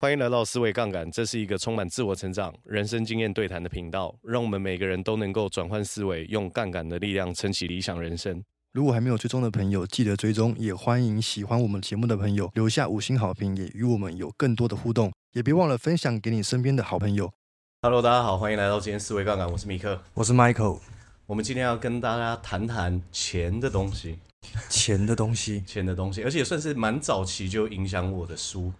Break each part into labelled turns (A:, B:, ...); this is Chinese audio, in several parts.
A: 欢迎来到思维杠杆，这是一个充满自我成长、人生经验对谈的频道，让我们每个人都能够转换思维，用杠杆的力量撑起理想人生。
B: 如果还没有追踪的朋友，记得追踪，也欢迎喜欢我们节目的朋友留下五星好评，也与我们有更多的互动，也别忘了分享给你身边的好朋友。
A: Hello，大家好，欢迎来到今天思维杠杆，我是米克。
B: 我是 Michael，
A: 我们今天要跟大家谈谈钱的东西，
B: 钱的东西
A: 钱的东西，而且算是蛮早期就影响我的书，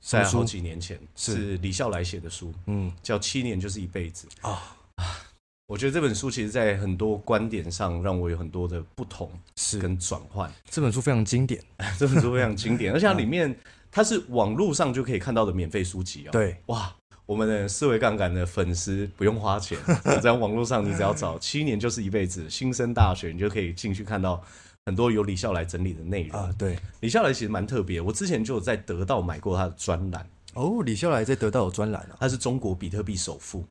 B: 什么
A: 在好
B: 书？
A: 几年前
B: 是
A: 是李笑来写的书，
B: 嗯
A: 叫《七年就是一辈子》。
B: 啊，
A: 我觉得这本书其实，在很多观点上让我有很多的不同
B: 是
A: 跟转换。
B: 这本书非常经典，
A: 这本书非常 经典，而且
B: 嗯
A: 它里面它是网络上就可以看到的免费书籍哦。，
B: 对，
A: 哇，我们的思维杠杆的粉丝不用花钱，在网络上你只 要找“七年就是一辈子”新生大学，你就可以进去看到很多由李笑来整理的内容。
B: 啊，对。
A: 李笑来其实蛮特别，我之前就有在得到买过他的专栏，
B: 哦，李笑来在得到有专栏啊，
A: 他是中国比特币首富。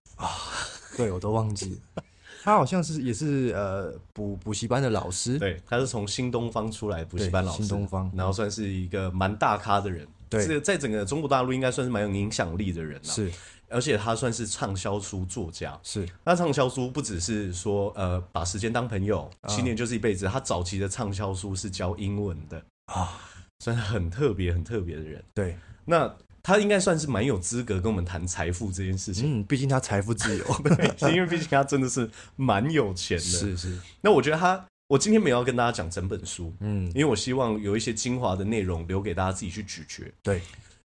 B: 对我都忘记 了。他好像是也是呃补补习班的老师，
A: 对，他是从新东方出来的补习班老师，
B: 对新东方
A: 然后算是一个蛮大咖的人，
B: 对
A: 这个在整个中国大陆应该算是蛮有影响力的人啊了、
B: 是
A: 而且他算是畅销书作家。
B: 是
A: 那畅销书不只是说呃把时间当朋友，
B: 啊
A: 七年就是一辈子。他早期的畅销书是教英文的，
B: 啊，
A: 算是很特别很特别的人。
B: 对，
A: 那他应该算是蛮有资格跟我们谈财富这件事情，
B: 嗯，毕竟他财富 自由，
A: 因为毕竟他真的是蛮有钱的。
B: 嗯是是，
A: 那我觉得他，我今天没有要跟大家讲整本书，
B: 嗯，
A: 因为我希望有一些精华的内容留给大家自己去咀嚼。
B: 对，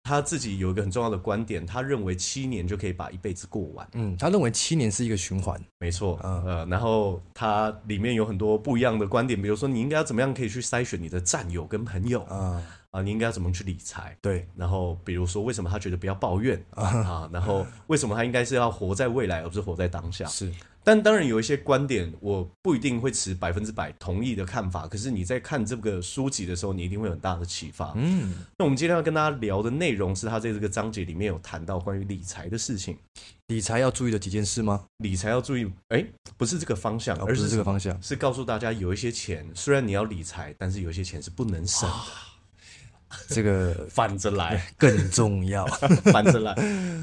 A: 他自己有一个很重要的观点，他认为七年就可以把一辈子过完。
B: 嗯，他认为七年是一个循环，
A: 没错，
B: 嗯
A: 呃，然后它里面有很多不一样的观点，比如说你应该要怎么样可以去筛选你的战友跟朋友啊、
B: 啊、
A: 你应该要怎么去理财，
B: 对，
A: 然后比如说为什么他觉得不要抱怨
B: 嗯
A: 啊、然后为什么他应该是要活在未来而不是活在当下？
B: 是
A: 但当然有一些观点我不一定会持百分之百同意的看法，可是你在看这个书籍的时候，你一定会有很大的启发。
B: 嗯，
A: 那我们今天要跟大家聊的内容是他在这个章节里面有谈到关于理财的事情，
B: 理财要注意的几件事吗？
A: 理财要注意，哎，不是这个方向，
B: 而
A: 而
B: 哦不
A: 是
B: 是这个方向
A: 是告诉大家有一些钱，虽然你要理财，但是有一些钱是不能省的，
B: 这个
A: 哦反着来，
B: 更重要。
A: 反着来，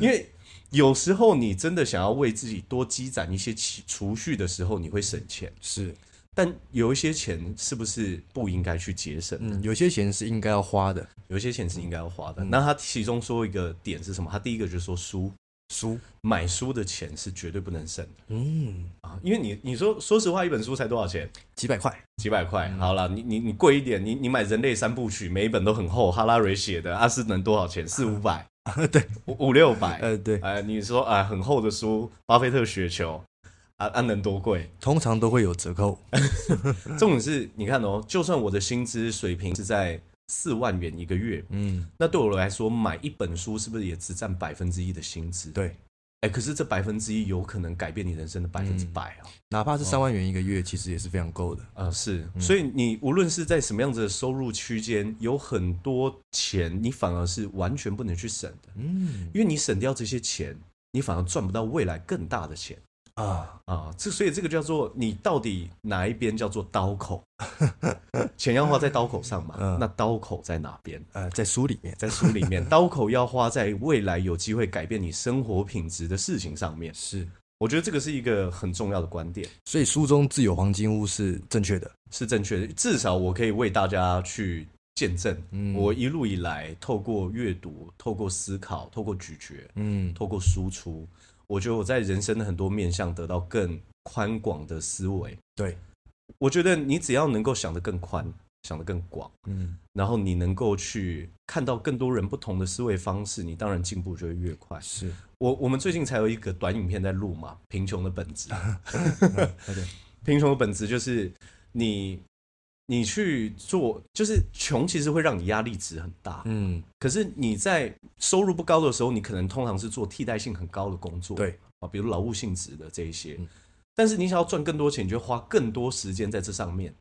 A: 因为有时候你真的想要为自己多积攒一些储储蓄的时候，你会省钱，
B: 是，
A: 但有一些钱是不是不应该去节省？
B: 嗯，有些钱是应该要花的，
A: 有一些钱是应该要花的。那他其中说一个点是什么？他第一个就是说书，
B: 书，
A: 买书的钱是绝对不能省的
B: 嗯，
A: 啊，因为你你说说实话，一本书才多少钱？
B: 几百块，
A: 几百块，
B: 嗯
A: 好了，你你你贵一点，你你买《人类三部曲》，每一本都很厚，哈拉瑞写的，阿、斯能多少钱？四五百，
B: 对，
A: 五五六百，
B: 呃，对，
A: 哎、你说啊、很厚的书，巴菲特雪球，啊，啊能多贵？
B: 通常都会有折扣，嗯
A: 重点是，你看哦，就算我的薪资水平是在四万元一个月，
B: 嗯，
A: 那对我来说，买一本书是不是也只占百分之一的薪资？，
B: 对，
A: 哎、可是这百分之一有可能改变你人生的百分之百啊。
B: 哪怕是三万元一个月，其实也是非常够的，
A: 呃，是，所以你无论是在什么样子的收入区间，有很多钱，你反而是完全不能去省的，
B: 嗯，
A: 因为你省掉这些钱，你反而赚不到未来更大的钱
B: 啊，
A: 啊。这所以这个叫做你到底哪一边叫做刀口， 钱要花在刀口上嘛？那刀口在哪边？
B: 呃，在书里面，
A: 在书里面，刀口要花在未来有机会改变你生活品质的事情上面。
B: 是，
A: 我觉得这个是一个很重要的观点。
B: 所以书中自有黄金屋是正确的，
A: 是正确的，至少我可以为大家去见证，我一路以来透过阅读、透过思考、透过咀嚼、
B: 嗯，
A: 透过输出，我觉得我在人生的很多面向得到更宽广的思维。
B: 对，
A: 我觉得你只要能够想得更宽，想得更广，
B: 嗯，
A: 然后你能够去看到更多人不同的思维方式，你当然进步就会越快。
B: 是，
A: 我我们最近才有一个短影片在录嘛，《贫穷的本 质》。
B: 对对，
A: 贫穷的本质就是你你去做，就是穷其实会让你压力值很大。
B: 嗯，
A: 可是你在收入不高的时候，你可能通常是做替代性很高的工作，
B: 对嗯
A: 啊，比如劳务性质的这一些。但是你想要赚更多钱，你就花更多时间在这上面，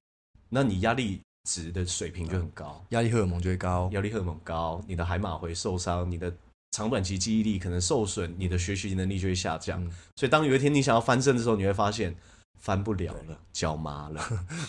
A: 那你压力值的水平就很高，
B: 压力荷尔蒙就会高，
A: 压力荷尔蒙高，你的海马回受伤，你的长短期记忆力可能受损，你的学习能力就会下降。所以当有一天你想要翻身的时候，你会发现翻不了了，脚麻了，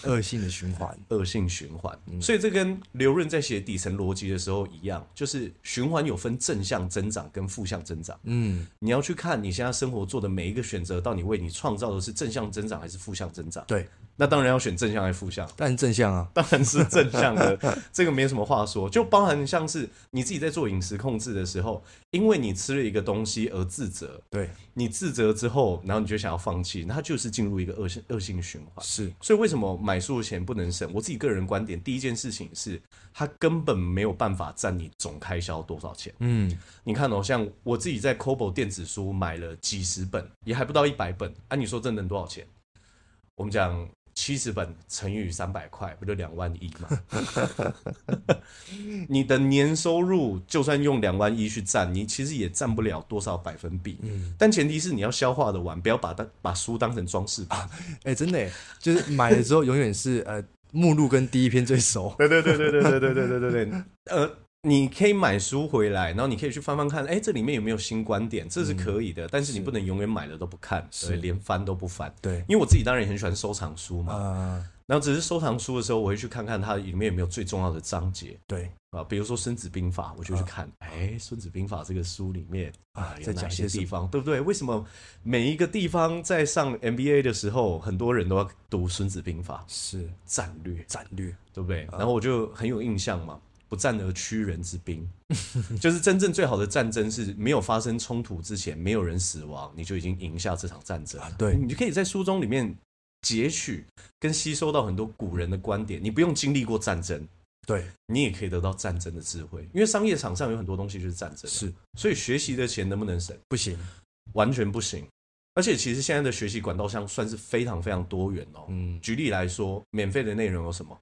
C: 恶性的循环。
A: 恶性循环。所以这跟刘润在写底层逻辑的时候一样，就是循环有分正向增长跟负向增长。
C: 嗯，
A: 你要去看你现在生活做的每一个选择，到底为你创造的是正向增长还是负向增长？
C: 对，
A: 那当然要选正向还是负向。
C: 但是正向啊，
A: 当然是正向的， 这个没什么话说。就包含像是你自己在做饮食控制的时候，因为你吃了一个东西而自责，
C: 对，
A: 你自责之后，然后你就想要放弃，那它就是进入一个恶性恶性循环。
C: 是
A: 所以为什么买书钱不能省？我自己个人观点，第一件事情是它根本没有办法占你总开销多少钱。
C: 嗯，
A: 你看哦，像我自己在 Kobo 电子书买了几十本，也还不到一百本。按、你说这能多少钱？我们讲七十本乘以三百块，不就两万一吗？ 你的年收入就算用两万一去占，你其实也占不了多少百分比。但前提是你要消化的完，不要把它把书当成装饰品。
C: 哎、真的耶，就是买了之后永远是呃目录跟第一篇最熟。
A: 对对对对对对对对对对对，呃。你可以买书回来，然后你可以去翻翻看，哎、这里面有没有新观点，这是可以的。但嗯是你不能永远买了都不看，所以连翻都不翻。
C: 对，
A: 因为我自己当然也很喜欢收藏书嘛，
C: 呃，
A: 然后只是收藏书的时候，我会去看看它里面有没有最重要的章节
C: 对，
A: 啊，比如说《孙子兵法》，我就去看，哎、孙子兵法》这个书里面啊
C: 啊，
A: 有
C: 在
A: 哪
C: 讲
A: 些
C: 些什
A: 地方，对不对？为什么每一个地方在上 MBA 的时候，很多人都要读《孙子兵法》
C: 是
A: 战略？
C: 战略，
A: 对不对？
C: 啊
A: 然后我就很有印象嘛，不战而屈人之兵， 就是真正最好的战争是没有发生冲突之前，没有人死亡，你就已经赢下这场战争。
C: 啊对
A: 你就可以在书中里面截取跟吸收到很多古人的观点，你不用经历过战争。
C: 对，
A: 你也可以得到战争的智慧，因为商业场上有很多东西就是战争，啊
C: 是
A: 所以学习的钱能不能省，
C: 不行，
A: 完全不行。而且其实现在的学习管道上算是非常非常多元哦。
C: 嗯，
A: 举例来说，免费的内容有什么？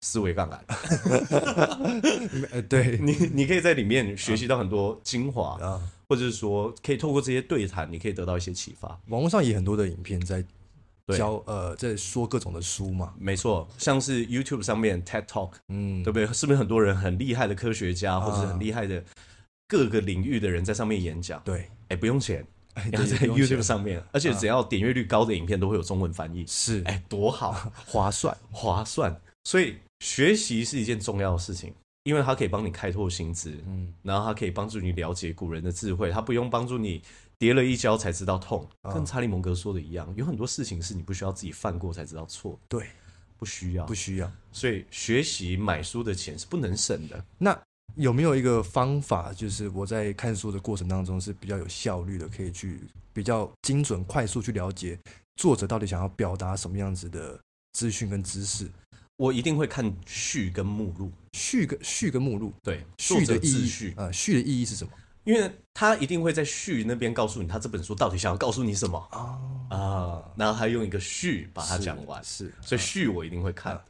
A: 思维杠杆，
C: 呃，对，
A: 你你可以在里面学
C: 嗯
A: 习到很多精华，
C: 啊、
A: 或者是说可以透过这些对谈，你可以得到一些启发。
C: 网络上也很多的影片在
A: 对
C: 教呃在说各种的书嘛，
A: 没错，像是 YouTube 上面 TED Talk，
C: 嗯，啊
A: 对不对？是不是很多人很厉害的科学家，或者是很厉害的各个领域的人在上面演讲？
C: 对，
A: 哎，不用钱，
C: 哎
A: 然后在
C: 对也不用
A: YouTube
C: 钱嗯
A: 上面，而且只要点阅率高的影片都会有中文翻译，
C: 是
A: 哎，多好，
C: 划算，
A: 划算。所以学习是一件重要的事情，因为它可以帮你开拓心智，
C: 嗯，
A: 然后它可以帮助你了解古人的智慧，它不用帮助你跌了一跤才知道痛。
C: 啊
A: 跟查理蒙格说的一样，有很多事情是你不需要自己犯过才知道错，
C: 对，
A: 不需要
C: 不。需要。
A: 所以学习买书的钱是不能省的。
C: 那有没有一个方法，就是我在看书的过程当中是比较有效率的，可以去比较精准、快速去了解作者到底想要表达什么样子的资讯跟知识？
A: 我一定会看序跟目录，
C: 序跟序跟目录，
A: 对，
C: 序
A: 作
C: 的
A: 者
C: 意
A: 自
C: 义
A: 序，，
C: 呃，序的意义是什么？
A: 因为他一定会在序那边告诉你他这本书到底想要告诉你什么
C: 哦，
A: 啊，然后他用一个序把它
C: 是
A: 讲完。
C: 是
A: 所以序我一定会看。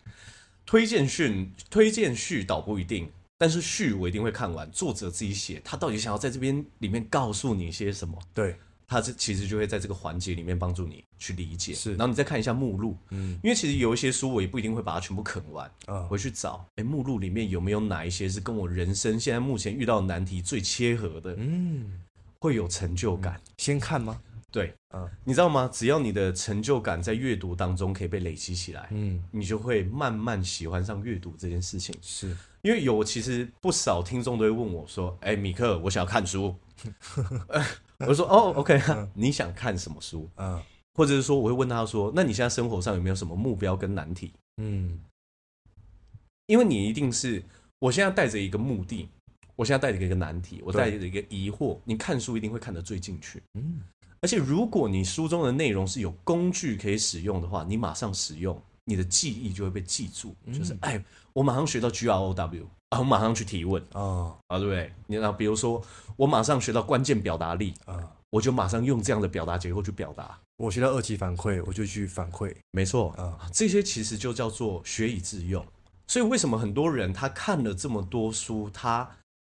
A: 推荐序推荐序倒不一定，但是序我一定会看完。作者自己写，他到底想要在这边里面告诉你些什么？
C: 对，
A: 他这其实就会在这个环节里面帮助你去理解。
C: 是
A: 然后你再看一下目录，
C: 嗯
A: 因为其实有一些书我也不一定会把它全部啃完，
C: 啊
A: 我，会去找，哎，目录里面有没有哪一些是跟我人生现在目前遇到的难题最切合的，
C: 嗯，
A: 会有成就感。
C: 先看吗？
A: 对，
C: 嗯
A: 你知道吗？只要你的成就感在阅读当中可以被累积起来，
C: 嗯，
A: 你就会慢慢喜欢上阅读这件事情。
C: 是
A: 因为有其实不少听众都会问我说：“哎、米克，我想要看书。 呃”我说：“哦，OK，啊你想看什么书
C: 啊，？”
A: 或者是说，我会问他说：“那你现在生活上有没有什么目标跟难题
C: 嗯，？”
A: 因为你一定是我现在带着一个目的，我现在带着一个难题，我带着一个疑惑，你看书一定会看得最进去。
C: 嗯，
A: 而且如果你书中的内容是有工具可以使用的话，你马上使用，你的记忆就会被记住。就是哎，我马上学到 G R O W 啊，我马上去提问
C: 哦，
A: 啊，对不对？你那比如说，我马上学到关键表达力，
C: 啊，
A: 我就马上用这样的表达结构去表达。
C: 我学到二级反馈，我就去反馈，
A: 没错
C: 啊，
A: 这些其实就叫做学以致用。所以为什么很多人他看了这么多书，他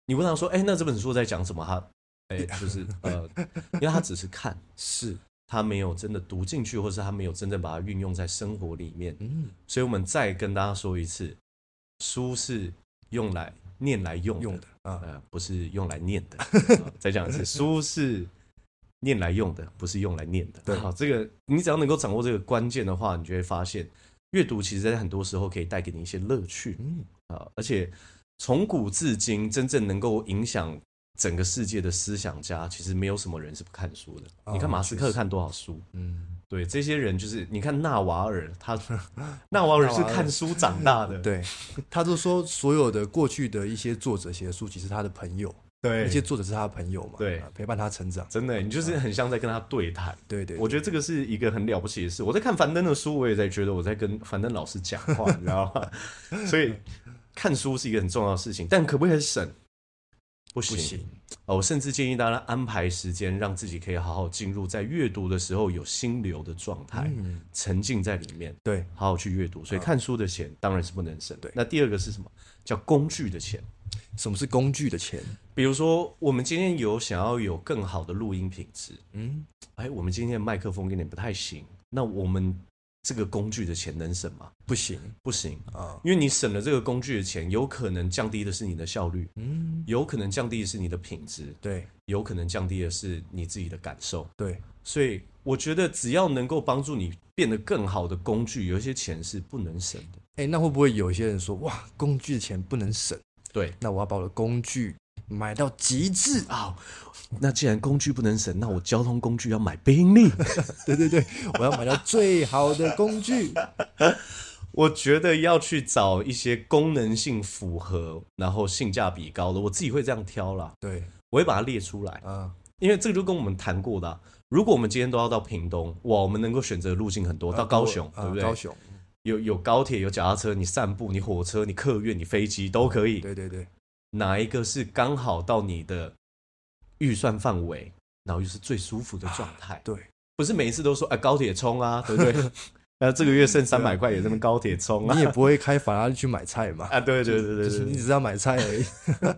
A: 你问他说，哎，那这本书在讲什么？他 哎，就是呃，因为他只是看。
C: 是，
A: 他没有真的读进去，或是他没有真正把它运用在生活里面。
C: 嗯，
A: 所以我们再跟大家说一次，书是用来念来用的，
C: 用的啊，
A: 呃，不是用来念的。啊再讲一次，书是念来用的，不是用来念的。
C: 对
A: 好，这个你只要能够掌握这个关键的话，你就会发现阅读其实在很多时候可以带给你一些乐趣
C: 嗯，
A: 啊，而且从古至今，真正能够影响。整个世界的思想家其实没有什么人是不看书的。
C: 哦
A: 你看马斯
C: 确
A: 克
C: 实
A: 看多少书，
C: 嗯，
A: 对这些人就是你看纳瓦尔， 他纳瓦尔是看书长大的，
C: 对，他就说所有的过去的一些作者写的书，其实他的朋友，
A: 对
C: 那些作者是他的朋友嘛，
A: 对
C: 啊陪伴他成长，
A: 真的，你就是很像在跟他对谈。
C: 对对，
A: 我觉得这个是一个很了不起的事。我在看樊登的书，我也在觉得我在跟樊登老师讲话，你知道 吗？所以看书是一个很重要的事情，但可不可以省？不
C: 不
A: 行
C: 行，
A: 哦！我甚至建议大家安排时间，让自己可以好好进入在阅读的时候有心流的状态，
C: 嗯，
A: 沉浸在里面。
C: 对，
A: 好好去阅读，所以看书的钱当然是不能省。
C: 对
A: 那第二个是什么？叫工具的钱。
C: 什么是工具的钱？
A: 比如说，我们今天有想要有更好的录音品质，
C: 嗯，
A: 哎，我们今天的麦克风有点不太行，那我们这个工具的钱能省吗？
C: 不行
A: 不行，
C: 啊，
A: 因为你省了这个工具的钱，有可能降低的是你的效率，
C: 嗯，
A: 有可能降低的是你的品质，
C: 对
A: 有可能降低的是你自己的感受。
C: 对，
A: 所以，我觉得只要能够帮助你变得更好的工具，有一些钱是不能省的。
C: 哎，那会不会有一些人说，哇，工具的钱不能省，
A: 对，？
C: 那我要把我的工具买到极致
A: 啊、那既然工具不能省，那我交通工具要买宾利。
C: 对对对，我要买到最好的工具。
A: 我觉得要去找一些功能性符合，然后性价比高的，我自己会这样挑啦，
C: 对
A: 我会把它列出来，
C: 啊，
A: 因为这个就跟我们谈过的啊、如果我们今天都要到屏东，哇，我们能够选择的路径很多，到高雄，
C: 啊
A: 对不对？
C: 高雄，
A: 有有高铁，有脚踏车，你散步，你火车，你客运，你飞机都可以。
C: 对对对，
A: 哪一个是刚好到你的预算范围，然后又是最舒服的状态？
C: 对，
A: 不是每一次都说啊高铁冲啊，对不 对？那这个月剩三百块，也这么高铁冲啊
C: 啊你。也不会开法拉利去买菜嘛？
A: 啊，对 对对对
C: 就是你
A: 对，
C: 只要买菜而已。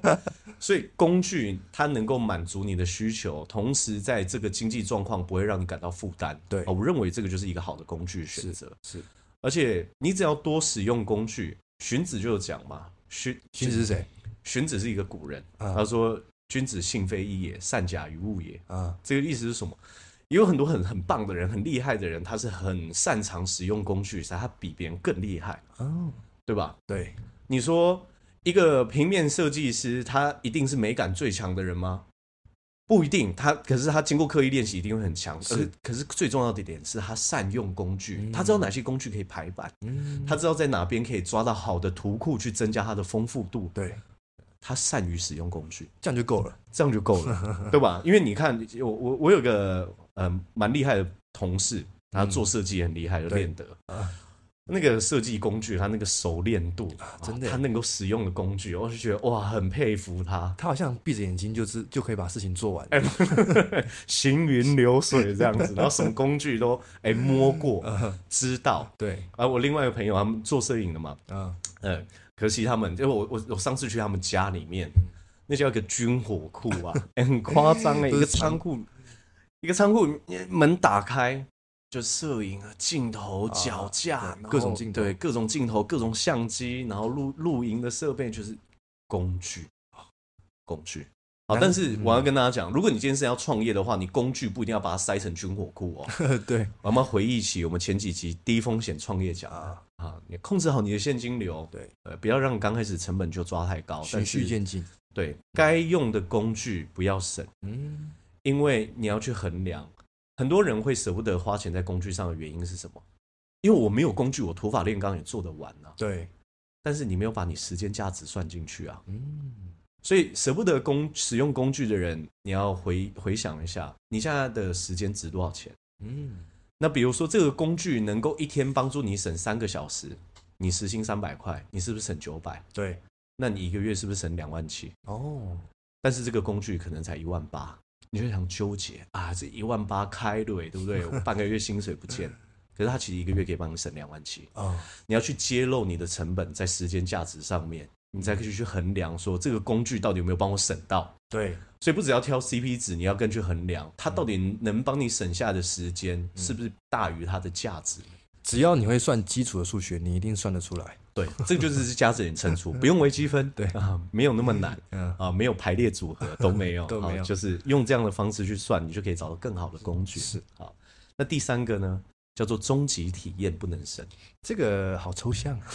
A: 所以工具它能够满足你的需求，同时在这个经济状况不会让你感到负担。
C: 对
A: 啊我认为这个就是一个好的工具选择。
C: 是是
A: 而且你只要多使用工具，荀子就有讲嘛，荀
C: 君子是谁
A: 荀子是一个古人，
C: 啊
A: 他说：“君子性非异也，善假于物也。
C: 啊？”
A: 这个意思是什么？也有很多很很棒的人，很厉害的人，他是很擅长使用工具，所以他比别人更厉害，
C: 哦，
A: 对吧？
C: 对，
A: 你说一个平面设计师，他一定是美感最强的人吗？不一定，他可是他经过刻意练习，一定会很强。可是可是最重要的一点是他善用工具，他知道哪些工具可以排版，
C: 嗯，
A: 他知道在哪边可以抓到好的图库去增加它的丰富度，
C: 对，
A: 他善于使用工具。
C: 这样就够了。
A: 这样就够 了，对吧？因为你看，我我我有个呃蛮厉害的同事，他做设计也很厉害，就
C: 嗯对
A: 练得
C: 啊
A: 那个设计工具，他那个熟练度，
C: 啊真的耶
A: 他能够使用的工具，我就觉得哇，很佩服 他，
C: 他好像闭着眼睛就知就可以把事情做完。
A: 行云流水这样 子，然后什么工具都哎、摸过，
C: 嗯
A: 知道。
C: 对，
A: 啊，我另外一个朋友，他们做摄影的嘛，
C: 啊，
A: 嗯，可惜他们，因为我我我上次去他们家里面，那叫一个军火库 啊，欸、很夸张哎，一
C: 都
A: 个
C: 是
A: 仓库，一个仓库呃门打开就摄影啊，镜头、脚架，
C: 对
A: 然后
C: 各种镜头
A: 对，啊各种镜头、各种相机，然后录录影的设备就是工具，工具。好，
C: 难
A: 但是嗯我要跟大家讲，如果你今天是要创业的话，你工具不一定要把它塞成军火库哦。
C: 对
A: 我们要回忆起我们前几集低风险创业讲的
C: 啊，
A: 啊，你控制好你的现金流，
C: 对，
A: 呃，不要让刚开始成本就抓太高，
C: 循
A: 但
C: 序
A: 是
C: 渐嗯进。
A: 对该用的工具不要省，
C: 嗯，
A: 因为你要去衡量，很多人会舍不得花钱在工具上的原因是什么？因为我没有工具，我土法炼钢也做得完啊，
C: 对，
A: 但是你没有把你时间价值算进去啊，
C: 嗯，
A: 所以舍不得工使用工具的人，你要回回想一下，你现在的时间值多少钱？
C: 嗯，
A: 那比如说这个工具能够一天帮助你省三个小时，你时薪三百块，你是不是省九百？
C: 对，
A: 那你一个月是不是省两万七？
C: 哦，
A: 但是这个工具可能才一万八，你就想纠结啊，这一万八开了欸，对不对？我半个月薪水不见，可是它其实一个月可以帮你省两万七。
C: 啊，
A: 你要去揭露你的成本在时间价值上面，你才可以去衡量说这个工具到底有没有帮我省到。
C: 对，
A: 所以不只要挑 CP 值，你要更去衡量它到底能帮你省下的时间是不是大于它的价值。
C: 只要你会算基础的数学，你一定算得出来。
A: 对，这就是 加减乘除，不用微积分，
C: 对
A: 啊，没有那么难
C: 嗯，
A: 啊，没有排列组合都没有，
C: 都没有
A: 啊就是用这样的方式去算，你就可以找到更好的工具。
C: 是
A: 啊，那第三个呢，叫做终极体验不能生。
C: 这个好抽象啊。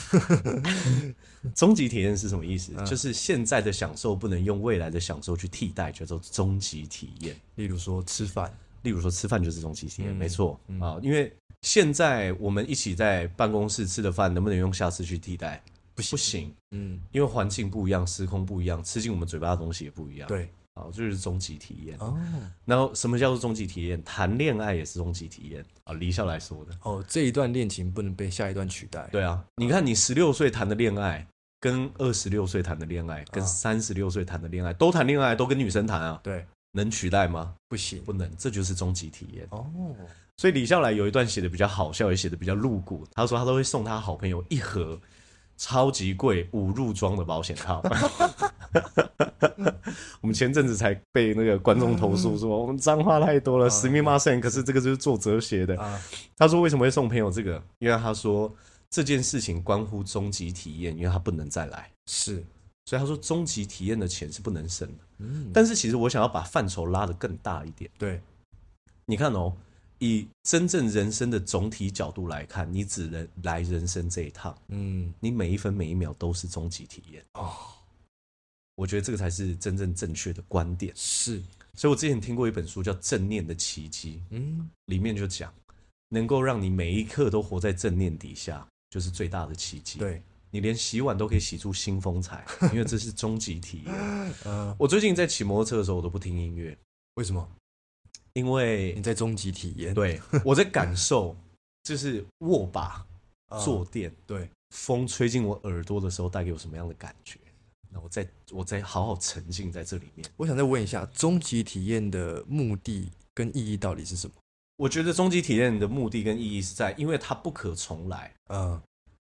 A: 终极体验是什么意思？
C: 嗯
A: 就是现在的享受不能用未来的享受去替代，叫做终极体验。
C: 例如说吃饭，
A: 例如说吃饭就是终极体验，
C: 嗯
A: 没错啊，因为现在我们一起在办公室吃的饭，能不能用下次去替代？
C: 不行
A: 不行，
C: 嗯，
A: 因为环境不一样，时空不一样，吃进我们嘴巴的东西也不一样。，
C: 对，
A: 啊，这就是终极体验。
C: 哦
A: 然后什么叫做终极体验？谈恋爱也是终极体验啊，离校来说的。
C: 哦，这一段恋情不能被下一段取代。
A: 对啊，你看你十六岁谈的恋爱，跟二十六岁谈的恋爱，跟
C: 啊
A: 三十六岁谈的恋爱，都谈恋爱，都跟女生谈啊，
C: 对，
A: 能取代吗？
C: 不行。
A: 不能，这就是终极体验。
C: 哦，
A: 所以李笑来有一段写的比较好笑，也写的比较露骨。他说他都会送他好朋友一盒超级贵五入装的保险套。 我们前阵子才被那个观众投诉说我们脏话太多了，死命骂圣。可是这个就是做哲学的。
C: 啊
A: 他说为什么会送朋友这个？因为他说这件事情关乎终极体验，因为他不能再来。
C: 是，
A: 所以他说终极体验的钱是不能省的。
C: 嗯，
A: 但是其实我想要把范畴拉得更大一点。
C: 对，
A: 你看哦，以真正人生的总体角度来看，你只能来人生这一趟，
C: 嗯，
A: 你每一分每一秒都是终极体验。
C: 哦，
A: 我觉得这个才是真正正确的观点。
C: 是，
A: 所以我之前听过一本书叫《正念的奇迹
C: 嗯，》，
A: 里面就讲，能够让你每一刻都活在正念底下，就是最大的奇迹。，
C: 对，
A: 你连洗碗都可以洗出新风 采，因为这是终极体验。
C: 呃，
A: 我最近在骑摩托车的时候，我都不听音乐，
C: 为什么
A: 因为
C: 你在终极体验？
A: 对 我在感受，就是握把、
C: 啊
A: 坐垫。
C: 对，
A: 风吹进我耳朵的时候带给我什么样的感觉？那我再我再好好沉浸在这里面。
C: 我想再问一下，终极体验的目的跟意义到底是什么？
A: 我觉得终极体验的目的跟意义是在，因为它不可重来，
C: 嗯，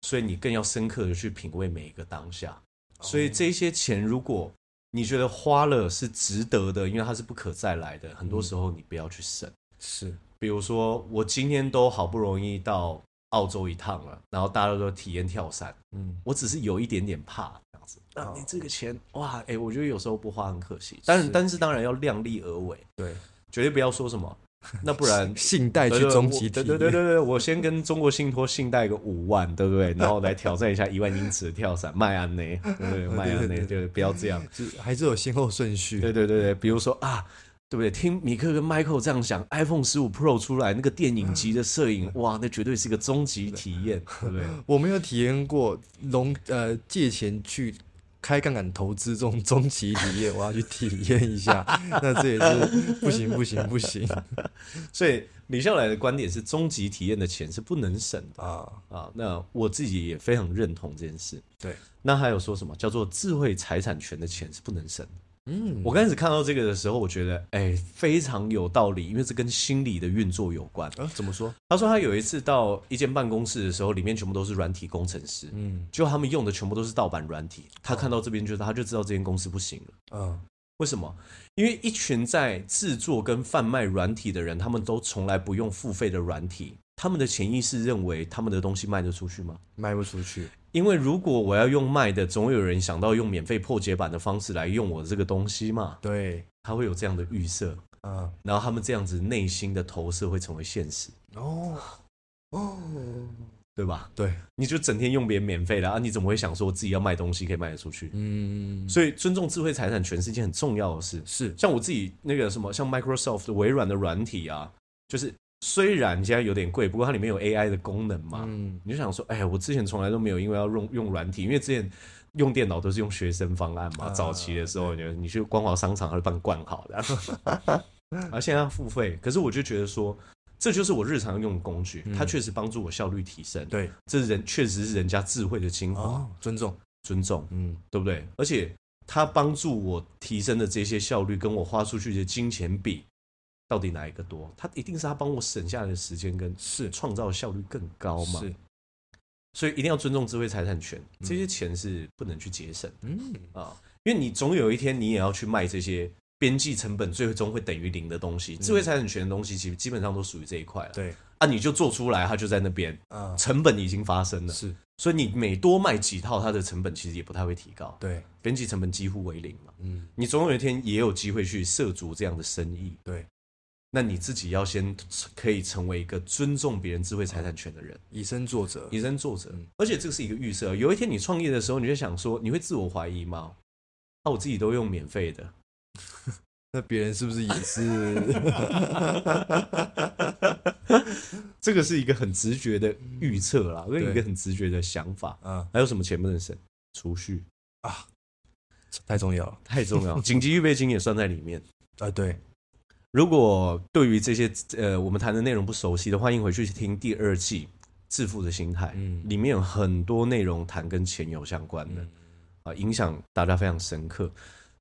A: 所以你更要深刻的去品味每一个当下。所以这些钱，如果你觉得花了是值得的，因为它是不可再来的，很多时候你不要去省。
C: 是，
A: 比如说，我今天都好不容易到澳洲一趟了，然后大家都体验跳伞，
C: 嗯，
A: 我只是有一点点怕这样子。那
C: 哦
A: 你这个钱哇，哎、我觉得有时候不花很可惜。但是但是当然要量力而为，
C: 对，
A: 绝对不要说什么，那不 然
C: 信贷去
A: 对对
C: 终
A: 我
C: 极体
A: 对
C: 验，
A: 对对对对，我先跟中国信托信贷个五万，对不对？然后来挑战一下一万英尺的跳伞，迈安内，对不对？迈安
C: 对
A: 内，
C: 对
A: 对，不要这样。
C: 是还是有先后顺序。
A: 对对对对，比如说啊，对不对？听米克跟 Michael 这样想，iPhone 十五 Pro 出来那个电影级的摄
C: 嗯
A: 影，哇，那绝对是个终极体验，对不对？
C: 我没有体验过融呃借钱去开杠杆投资这种终极体验，我要去体验一 下。那这也是不行不行不行
A: 所以李笑来的观点是，终极体验的钱是不能省的。
C: 啊！
A: 啊，那我自己也非常认同这件事。
C: 对，
A: 那还有说什么叫做智慧财产权的钱是不能省的？
C: 嗯，
A: 我刚开始看到这个的时候，我觉得哎、非常有道理，因为这跟心理的运作有关。
C: 呃怎么说？
A: 他说他有一次到一间办公室的时候，里面全部都是软体工程师，
C: 嗯
A: 结果他们用的全部都是盗版软体。他看到这边就他就知道这间公司不行了。
C: 嗯
A: 为什么？因为一群在制作跟贩卖软体的人，他们都从来不用付费的软体，他们的潜意识认为他们的东西卖得出去吗？
C: 卖不出去，
A: 因为如果我要用卖的，总有人想到用免费破解版的方式来用我这个东西嘛，
C: 对，
A: 他会有这样的预设，
C: 嗯
A: 然后他们这样子内心的投射会成为现实，
C: 哦哦，
A: 对吧？
C: 对，
A: 你就整天用别人免费的啊，你怎么会想说我自己要卖东西可以卖得出去？
C: 嗯
A: 所以尊重智慧财产权是一件很重要的事。
C: 是
A: 像我自己那个什么，像 Microsoft 的微软的软体啊，就是虽然现在有点贵，不过它里面有 AI 的功能嘛，
C: 嗯
A: 你就想说，哎，我之前从来都没有因为要用用软体，因为之前用电脑都是用学生方案嘛，
C: 啊
A: 早期的时候，你你去光华商场，它就帮你灌 好的，而现在要付费。可是我就觉得说，这就是我日常用的工具，它确实帮助我效率提升。，
C: 嗯对
A: 这人确实是人家智慧的精华，
C: 哦，尊重，
A: 尊重，
C: 嗯
A: 对不对？而且它帮助我提升的这些效率，跟我花出去的金钱比，到底哪一个多？它一定是它帮我省下来的时间跟
C: 是
A: 创造效率更高嘛？
C: 是
A: 所以一定要尊重智慧财产权，这些钱是不能去节省
C: 嗯
A: 啊，因为你总有一天你也要去卖这些边际成本最终会等于零的东西。
C: 嗯
A: 智慧财产权的东西其实基本上都属于这一块了。
C: 对，
A: 啊，你就做出来，它就在那边，
C: 啊，
A: 成本已经发生了，
C: 是，
A: 所以你每多卖几套，它的成本其实也不太会提高，
C: 对，
A: 边际成本几乎为零嘛。
C: 嗯，
A: 你总有一天也有机会去涉足这样的生意，
C: 对，
A: 那你自己要先可以成为一个尊重别人智慧财产权的人。
C: 以身作则，
A: 以身作则
C: 嗯，
A: 而且这是一个预设。有一天你创业的时候，你就想说，你会自我怀疑吗？啊，我自己都用免费 的，
C: 那别人是不是也是？
A: 这个是一个很直觉的预测啦，跟一个
C: 嗯对
A: 很直觉的想法。
C: 啊，
A: 还有什么钱不能省？储蓄
C: 太重要了
A: 太重 要，紧急预备金也算在里面。
C: 啊！对，
A: 如果对于这些呃我们谈的内容不熟悉的，欢迎回去听第二季《致富的心态》，
C: 嗯
A: 里面有很多内容谈跟钱有相关的啊、
C: 嗯
A: 影响大家非常深刻。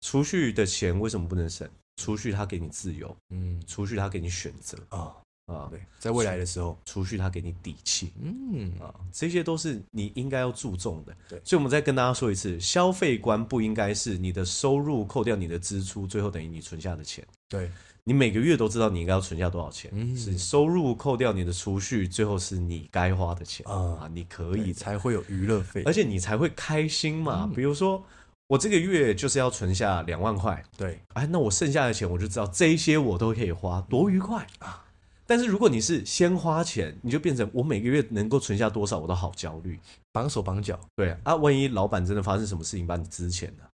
A: 储蓄的钱为什么不能省？储蓄它给你自由，
C: 嗯
A: 储蓄它给你选择
C: 啊，
A: 啊，
C: 对，在未来的时候，
A: 储蓄它给你底气
C: 嗯
A: 啊，这些都是你应该要注重的。
C: 对
A: 所以我们再跟大家说一次，消费观不应该是你的收入扣掉你的支出，最后等于你存下的钱。
C: 对，
A: 你每个月都知道你应该要存下多少钱，
C: 嗯
A: 是收入扣掉你的储蓄，最后是你该花的钱
C: 啊
A: 啊，你可
C: 所
A: 以
C: 以哎
A: 的，
C: 才会有娱乐费
A: 而，且你才会开心嘛。
C: 嗯
A: 比如说，我这个月就是要存下两万块，
C: 对，
A: 哎，那我剩下的钱我就知道这一些我都可以花，多愉快
C: 嗯
A: 啊！但是如果你是先花钱，你就变成我每个月能够存下多少，我都好焦虑。
C: 绑手绑脚，
A: 对啊，啊万一老板真的发生什么事情把你支钱了，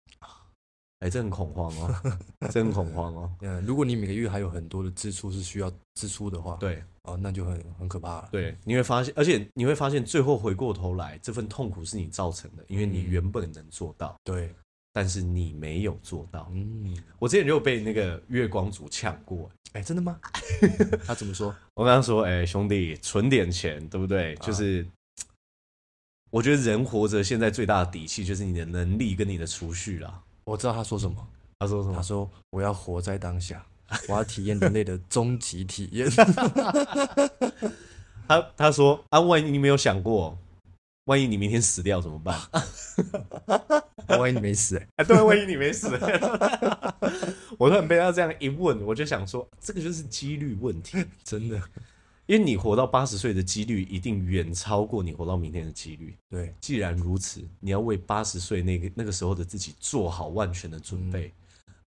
A: 哎，这很恐慌哦， 这很恐慌哦。
C: 嗯，如果你每个月还有很多的支出是需要支出的话，，
A: 对
C: 哦，那就很很可怕了，
A: 对，你会发现，而且你会发现，最后回过头来，这份痛苦是你造成的，因为你
C: 嗯
A: 原本能做到，
C: 对，
A: 但是你没有做到。
C: 嗯，
A: 我之前就有被那个月光族呛过，
C: 哎，真的 吗？他怎么说？
A: 我跟他说：“哎、兄弟，存点钱，对不对？就是，我觉得人活着现在最大的底气就是你的能力跟你的储蓄啦。
C: 我知道他说什么，”
A: 他说什
C: 他
A: 么？
C: 说我要活在当下，我要体验人类的终极体验。
A: 他他说：“啊，万一你没有想过，万一你明天死掉怎么办？
C: 万一你没死、欸，
A: 啊，对，万一你没死。” 我突然被他这样一问，我就想说，这个就是几率问题，
C: 真的，
A: 因为你活到八十岁的几率一定远超过你活到明天的几率。
C: 对，
A: 既然如此，你要为八十岁那个那个时候的自己做好万全的准备。
C: 嗯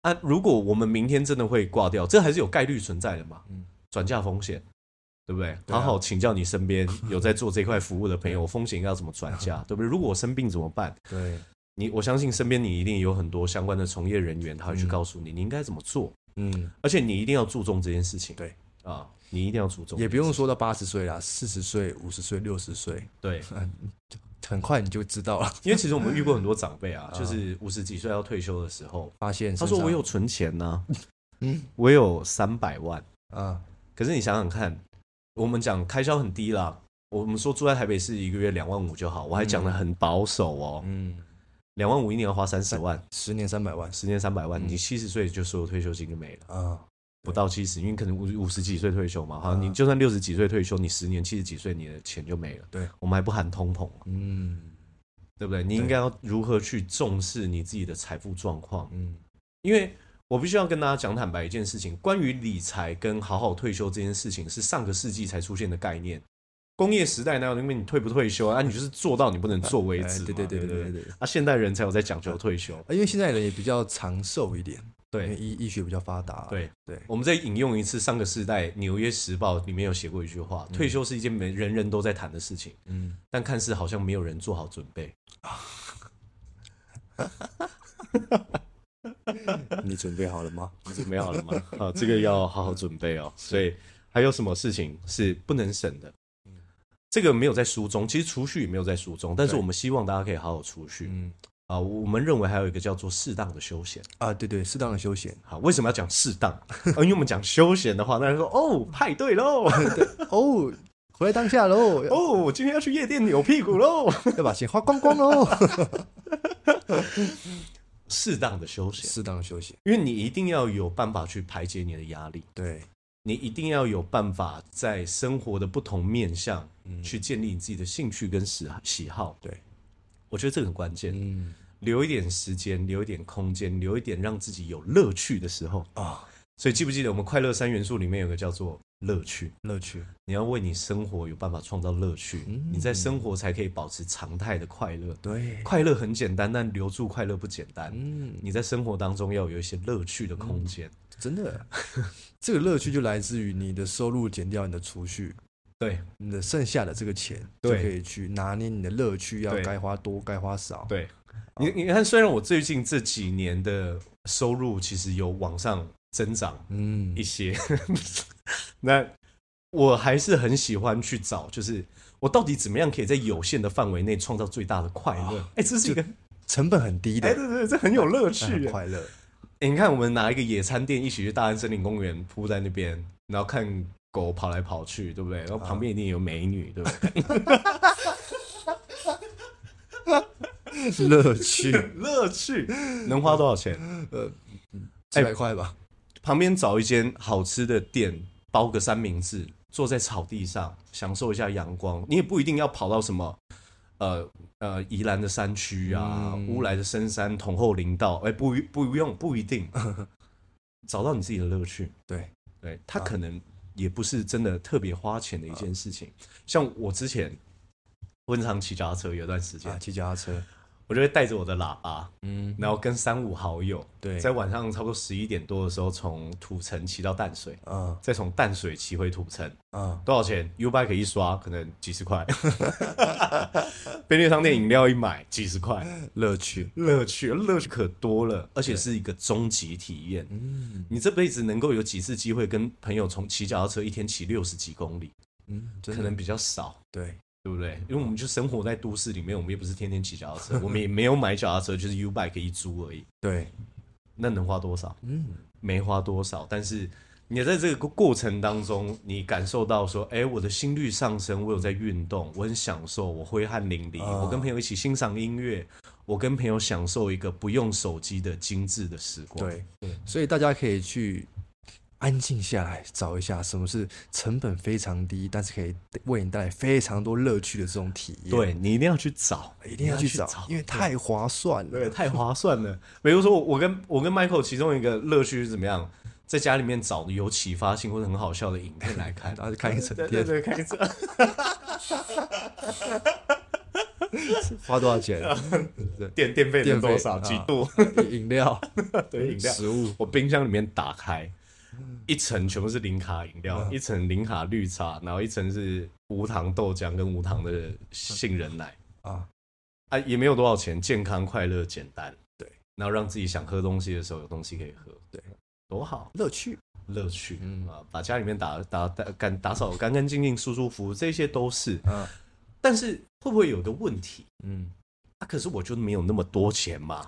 A: 啊，如果我们明天真的会挂掉，这还是有概率存在的嘛？
C: 嗯
A: 转嫁风险，对不对？
C: 对啊
A: 好好请教你身边 有在做这块服务的朋友，风险要怎么转嫁，对不对？如果我生病怎么办？
C: 对，
A: 你我相信身边你一定有很多相关的从业人员，他会去
C: 嗯
A: 告诉你你应该怎么做，
C: 嗯，
A: 而且你一定要注重这件事情。
C: 对
A: 啊，你一定要注重这件事情，
C: 也不用说到八十岁啦，四十岁、五十岁、六十岁，
A: 对，
C: 很快你就知道了。
A: 因为其实我们遇过很多长辈啊，就是五十几岁要退休的时候，
C: 发现
A: 他
C: 嗯身
A: 说
C: 上
A: 我有存钱呢、
C: 嗯
A: 我有三百万。
C: 啊，
A: 可是你想想看，我们讲开销很低啦，我们说住在台北市一个月两万五就好，我还讲的很保守哦，
C: 嗯，
A: 两、万五一年要花三十万，
C: 十年三百嗯万
A: 十年三百万，你七十岁就所有退休金就没了，
C: 啊，
A: 不到七十，因为可能五五十几岁退休嘛，
C: 嗯
A: 哈，你就算六十几岁退休，你十年七十几岁你的钱就没了，
C: 对，
A: 我们还不含通膨啊、
C: 嗯
A: 对不对？你应该要如何去重视你自己的财富状况？
C: 嗯，
A: 因为我必须要跟大家讲坦白一件事情，关于理财跟好好退休这件事情是上个世纪才出现的概念。工业时代那因为你退不退休啊，你就是做到你不能做为止嘛、
C: 哎对对对
A: 对
C: 对
A: 不
C: 对对对
A: 啊，现代人才有在讲究退休。
C: 啊因为现在人也比较长寿一点，
A: 对
C: 因为医医学比较发达，
A: 对
C: 对，
A: 我们再引用一次上个世代《纽约时报》里面有写过一句话：退休是一件每人人都在谈的事情，
C: 嗯，
A: 但看似好像没有人做好准 备。
C: 你准备好了吗？
A: 准备好了吗？啊，这个要好好准备 哦。所以还有什么事情是不能省的？嗯这个没有在书中，其实储蓄也没有在书中，但是
C: 对
A: 我们希望大家可以好好储蓄、
C: 嗯
A: 啊。我我们认为还有一个叫做适当的休闲
C: 啊，对对，适当的休闲
A: 啊。为什么要讲适 当？啊因为我们讲休闲的话，那人说哦派对喽，
C: 哦，回来当下喽，要
A: 哦我今天要去夜店扭屁股喽，
C: 要把钱花光光喽，
A: 适当的休闲，
C: 适当的休闲，
A: 因为你一定要有办法去排解你的压力。
C: 对，
A: 你一定要有办法在生活的不同面向去建立你自己的兴趣跟喜喜好。
C: 嗯对，
A: 我觉得这个很关键。
C: 嗯
A: 留一点时间，留一点空间，留一点让自己有乐趣的时候啊。所以记不记得我们快乐三元素里面有个叫做乐趣？
C: 乐趣，
A: 你要为你生活有办法创造乐趣，
C: 嗯
A: 你在生活才可以保持常态的快乐。
C: 对，
A: 快乐很简单，但留住快乐不简单。
C: 嗯，
A: 你在生活当中要有一些乐趣的空间。
C: 真的， 这个乐趣就来自于你的收入减掉你的储蓄，
A: 对
C: 你的剩下的这个钱就
A: 对
C: 可以去拿捏你的乐趣，要
A: 对
C: 该花多，该花少。，
A: 对，你你看，虽然我最近这几年的收入其实有往上增长
C: 嗯
A: 一，些， 那我还是很喜欢去找，就是我到底怎么样可以在有限的范围内创造最大的快乐？哎、这是一个，
C: 成本很低的
A: 哎，，对对对，这很有乐趣
C: 但很
A: 耶。
C: 快 乐。
A: 哎、你看，我们拿一个野餐垫一起去大安森林公园铺在那边，然后看狗跑来跑去，对不对？然后旁边一定有美女，对不 对？
C: 乐 趣，
A: 乐趣能花多少钱？
C: 几百块吧，
A: 旁边找一间好吃的店，包个三明治，坐在草地上享受一下阳光。你也不一定要跑到什么，呃呃，宜兰的山区啊，
C: 嗯
A: 乌来的深山、统后林道，哎、不一不用不一定， 找到你自己的乐趣。
C: 对，
A: 对，它可能也不是真的特别花钱的一件事情。像我之前，我很常骑脚踏车，有一段时间，
C: 啊，骑脚踏车，
A: 我就会带着我的喇叭，
C: 嗯，
A: 然后跟三五好友，
C: 对
A: 在晚上差不多十一点多的时候，从土城骑到淡水，
C: 啊
A: 再从淡水骑回土城，
C: 啊，
A: 多少钱？U bike 一刷可能几十块， 便利商店饮料一买几十块，
C: 乐趣，
A: 乐趣乐趣可多了，而且是一个终极体验。
C: 嗯
A: 你这辈子能够有几次机会跟朋友从骑脚踏车一天骑六十几公里，
C: 嗯，真
A: 可
C: 的
A: 能比较少。
C: 对，
A: 对不对？因为我们就生活在都市里面，我们也不是天天骑脚踏车，我 们也没有买脚踏车，就是 U bike 一租而已。
C: 对，
A: 那能花多少？
C: 嗯，
A: 没花多少，但是你在这个过程当中，你感受到说，哎、我的心率上升，我有在运动，我很享受，我挥汗淋漓，
C: 啊
A: 我跟朋友一起欣赏音乐，我跟朋友享受一个不用手机的精致的时光。
C: 对，所以大家可以去安静下来，找一下什么是成本非常低，但是可以为你带来非常多乐趣的这种体验。，
A: 对你一定要去找，
C: 一定要去找，因为太划算了。
A: 对，太划算了。比如说我，我跟我跟 Michael 其中一个乐趣是怎么样，在家里面找有启发性或者很好笑的影片来 看，
C: 然后就看一整
A: 对对对，
C: 天，
A: 看一整
C: 花多少钱？
A: 电电费
C: 电
A: 能
C: 费啊
A: 多少几度？
C: 饮料、
A: 对，饮料
C: 食物，
A: 我冰箱里面打开，一层全部是零卡饮料，一层零卡绿茶，然后一层是无糖豆浆跟无糖的杏仁奶
C: 啊
A: 啊啊，也没有多少钱，健康、快乐、简单，
C: 对，
A: 然后让自己想喝东西的时候有东西可以喝，
C: 对，
A: 多好，啊
C: 乐趣。
A: 乐趣、
C: 嗯
A: 啊！把家里面打打打干打扫得干干净净、舒舒服服，这些都是。
C: 嗯
A: 但是会不会有个问题？
C: 嗯，
A: 啊，可是我就没有那么多钱 嘛，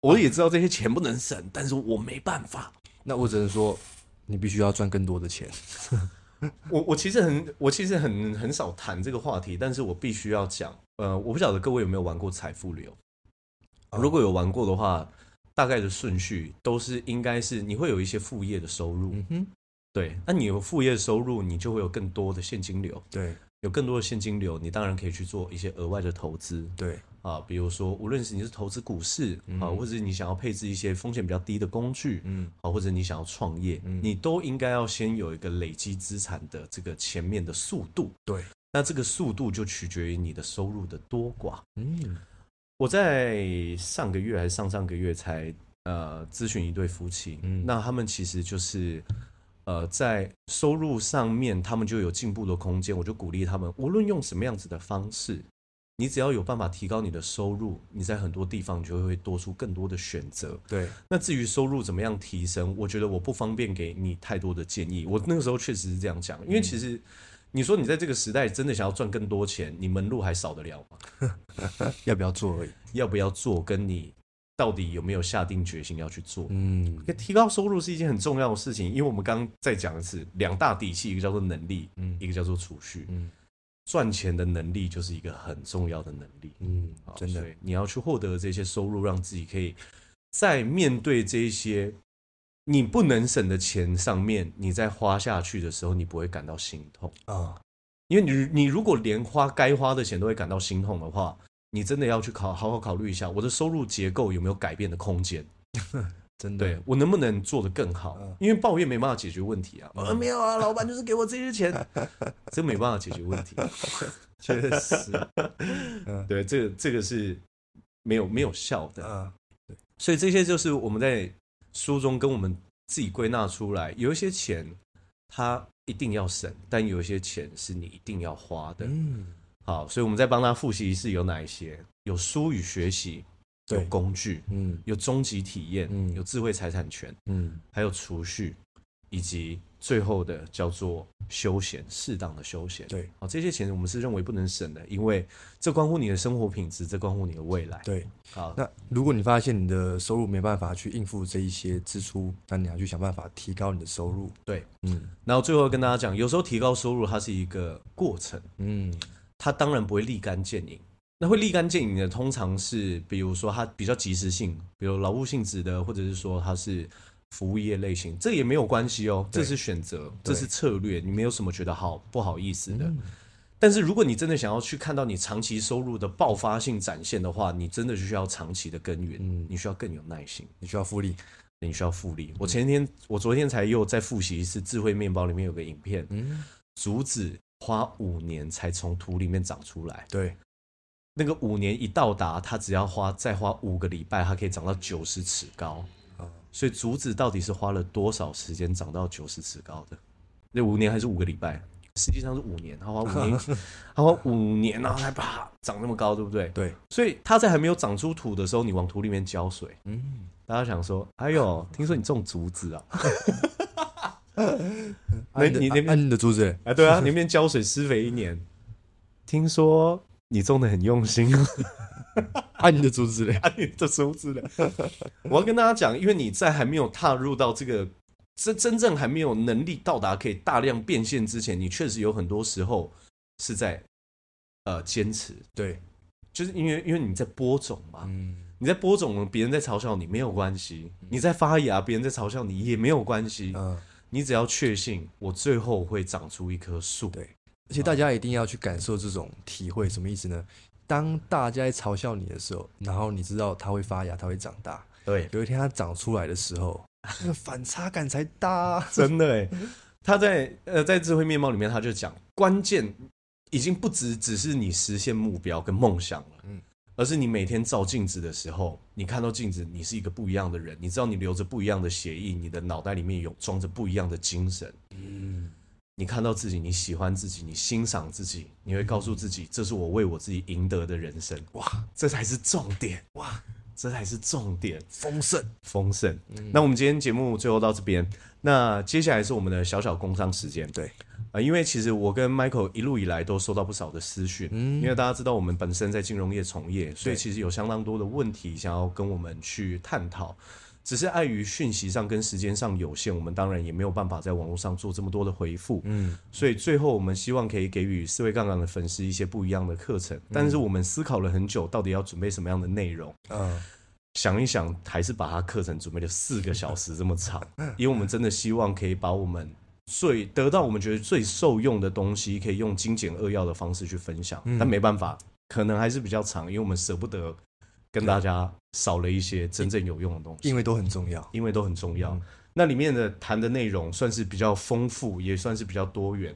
A: 我也知道这些钱不能省，但是我没办法。
C: 那我只能说，你必须要赚更多的钱。
A: 我我其实很我其实很很少谈这个话题，但是我必须要讲，呃，我不晓得各位有没有玩过财富流，
C: 哦
A: 如果有玩过的话，大概的顺序都是应该是你会有一些副业的收入，
C: 嗯哼，
A: 对，那你有副业收入，你就会有更多的现金流，
C: 对
A: 有更多的现金流，你当然可以去做一些额外的投资
C: 对，
A: 啊，比如说无论是你是投资股市啊，或者是你想要配置一些风险比较低的工具，
C: 嗯，
A: 啊，或者你想要创业，你都应该要先有一个累积资产的这个前面的速度。
C: 对，
A: 那这个速度就取决于你的收入的多寡。
C: 嗯
A: 我在上个月还是上上个月才呃咨询一对夫妻，
C: 嗯
A: 那他们其实就是呃在收入上面他们就有进步的空间，我就鼓励他们，无论用什么样子的方式。你只要有办法提高你的收入，你在很多地方就会多出更多的选择。
C: 对，
A: 那至于收入怎么样提升，我觉得我不方便给你太多的建议。我那个时候确实是这样讲，因为其实你说你在这个时代真的想要赚更多钱，你门路还少得了吗？
C: 要不要做而已。
A: 要不要做，跟你到底有没有下定决心要去做。
C: 嗯
A: 提高收入是一件很重要的事情，因为我们刚刚在讲的是两大底气，一个叫做能力，
C: 嗯
A: 一个叫做储蓄。
C: 嗯
A: 赚钱的能力就是一个很重要的能力。
C: 嗯，真的
A: 所以你要去获得这些收入，让自己可以在面对这些你不能省的钱上面，你在花下去的时候，你不会感到心痛，
C: 啊，
A: 因为你你如果连花该花的钱都会感到心痛的话，你真的要去考好好考虑一下，我的收入结构有没有改变的空间？
C: 真的
A: 对，我能不能做得更好
C: 嗯？
A: 因为抱怨没办法解决问题啊！呃，没有啊，老板就是给我这些钱， 这没办法解决问 题。
C: 确 实，
A: 对，这个这个是没有没有效的。
C: 嗯
A: 所以这些就是我们在书中跟我们自己归纳出来，有一些钱它一定要省，但有一些钱是你一定要花的。
C: 嗯，
A: 好，所以我们再帮他复习一次有哪一些：有书与学习，有
C: 对
A: 工具，
C: 嗯
A: 有终极体验，
C: 嗯
A: 有智慧财产权，
C: 嗯
A: 还有储蓄，以及最后的叫做休闲，适当的休闲。
C: 对
A: 好，这些钱我们是认为不能省的，因为这关乎你的生活品质，这关乎你的未来。
C: 对。
A: 好，
C: 那如果你发现你的收入没办法去应付这一些支出，那你要去想办法提高你的收入。
A: 对。
C: 嗯
A: 然后最后跟大家讲，有时候提高收入它是一个过程，
C: 嗯
A: 它当然不会立竿见影。那会立竿见影的，通常是比如说它比较及时性，比如劳务性质的，或者是说它是服务业类型，这也没有关系哦，
C: 对
A: 这是选择，这
C: 对嗯
A: 是策略，你没有什么觉得好不好意思的。但是如果你真的想要去看到你长期收入的爆发性展现的话，你真的需要长期的耕耘，
C: 嗯
A: 你需要更有耐心。
C: 你需要复利。
A: 你需要复利。
C: 嗯
A: 我前天，我昨天才又再复习一次《智慧面包》里面有个影片，
C: 嗯，
A: 竹子花五年才从土里面长出来，
C: 对，
A: 那个五年一到达，它只要花再花五个礼拜，它可以长到九十尺高。
C: 哦
A: 所以竹子到底是花了多少时间长到九十尺高的？那五年还是五个礼拜？实际上是五年，它花五 年，它花五年，然后才啪长那么高，对不对？
C: 对，
A: 所以它在还没有长出土的时候，你往土里面浇水，
C: 嗯，
A: 大家想说，哎呦， 听说你种竹子啊？
C: 啊
A: 没
C: 的
A: 你那边
C: 啊你的竹子嘞，
A: 哎， 对啊，你那边浇水施肥一年，听说你种的很用 心
C: 啊你的竹子嘞，
A: 啊，你的竹子的。 我要跟大家讲，因为你在还没有踏入到这个真真正还没有能力到达可以大量变现之前，你确实有很多时候是在呃坚持，
C: 对，
A: 就是因为因为你在播种嘛，
C: 嗯，
A: 你在播种，别人在嘲笑你没有关系；你在发芽，别人在嘲笑你也没有关系。
C: 嗯
A: 你只要确信，我最后会长出一棵树。
C: 对而且大家一定要去感受这种体会，什么意思呢？当大家在嘲笑你的时候，然后你知道它会发芽，它会长大。
A: 对，
C: 有一天它长出来的时候，那个反差感才大啊。
A: 真的哎，他在呃在智慧面貌里面，他就讲，关键已经不只只是你实现目标跟梦想了，
C: 嗯
A: 而是你每天照镜子的时候，你看到镜子，你是一个不一样的人，你知道你留着不一样的血液，你的脑袋里面有装着不一样的精神。
C: 嗯，
A: 你看到自己，你喜欢自己，你欣赏自己，你会告诉自己，这是我为我自己赢得的人生。哇，这才是重点！哇，这才是重点。
C: 丰盛。
A: 丰盛。
C: 嗯
A: 那我们今天节目最后到这边，那接下来是我们的小小工商时间。
C: 对，
A: 啊，因为其实我跟 Michael 一路以来都收到不少的私讯，
C: 嗯
A: 因为大家知道我们本身在金融业从业，所以
C: 对
A: 其实有相当多的问题想要跟我们去探讨。只是碍于讯息上跟时间上有限，我们当然也没有办法在网络上做这么多的回复。
C: 嗯，
A: 所以最后我们希望可以给予四位杠杠的粉丝一些不一样的课程。但是我们思考了很久，到底要准备什么样的内容？
C: 嗯，
A: 想一想，还是把它课程准备了四个小时这么长，因为我们真的希望可以把我们最得到我们觉得最受用的东西，可以用精简扼要的方式去分享。但没办法，可能还是比较长，因为我们舍不得跟大家少了一些真正有用的东西，
C: 因为都很重要。
A: 因为都很重
C: 嗯
A: 要。那里面的谈的内容算是比较丰富，也算是比较多元。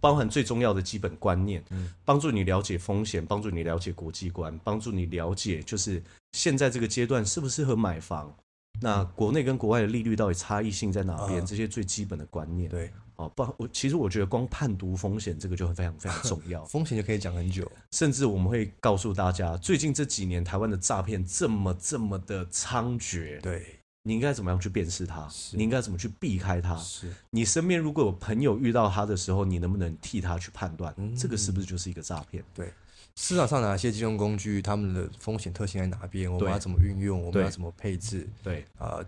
A: 包含最重要的基本观念，
C: 嗯
A: 帮助你了解风险，帮助你了解国际观，帮助你了解就是现在这个阶段适不适合买房，那国内跟国外的利率到底差异性在哪边，
C: 啊
A: 这些最基本的观念。，
C: 对，，
A: 哦，不，我其实我觉得光判读风险这个就很非常非常重要
C: 风险就可以讲很久。
A: 甚至我们会告诉大家，最近这几年台湾的诈骗这么这么的猖獗，
C: 对，
A: 你应该怎么样去辨识它？你应该怎么去避开它？
C: 是，
A: 你身边如果有朋友遇到他的时候，你能不能替他去判断，
C: 嗯
A: 这个是不是就是一个诈骗？
C: 对。市场上哪些金融工具，他们的风险特性在哪边？我
A: 对
C: 们要怎么运用？我
A: 对
C: 们要怎么配置？
A: 对
C: 啊、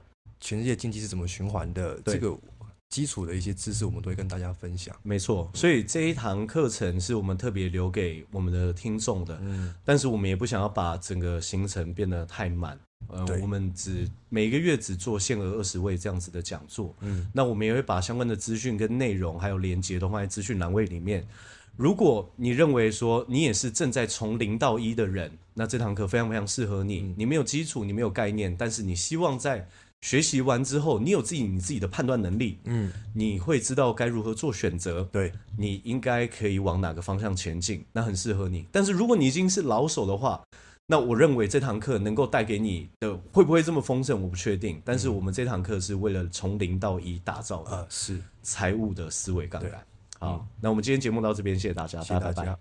C: 全世界经济是怎么循环的？
A: 对
C: 这个基础的一些知识，我们都会跟大家分享。
A: 没错，所以这一堂课程是我们特别留给我们的听众的，
C: 嗯，
A: 但是我们也不想要把整个行程变得太满，呃，
C: 对
A: 我们只每个月只做限额二十位这样子的讲座，嗯
C: 嗯，
A: 那我们也会把相关的资讯跟内容还有连接都放在资讯栏位里面，如果你认为说你也是正在从零到一的人，那这堂课非常非常适合你。
C: 嗯
A: 你没有基础，你没有概念，但是你希望在学习完之后，你有自己你自己的判断能力，
C: 嗯，
A: 你会知道该如何做选择，
C: 对，
A: 你应该可以往哪个方向前进，那很适合你。但是如果你已经是老手的话，那我认为这堂课能够带给你的会不会这么丰盛，我不确定。但是我们这堂课是为了从零到一打造的
C: 呃，是，
A: 财务的思维杠杆
C: 对。
A: 好，那我们今天节目到这边，谢谢大家，
C: 谢谢
A: 拜
C: 大
A: 拜
C: 家。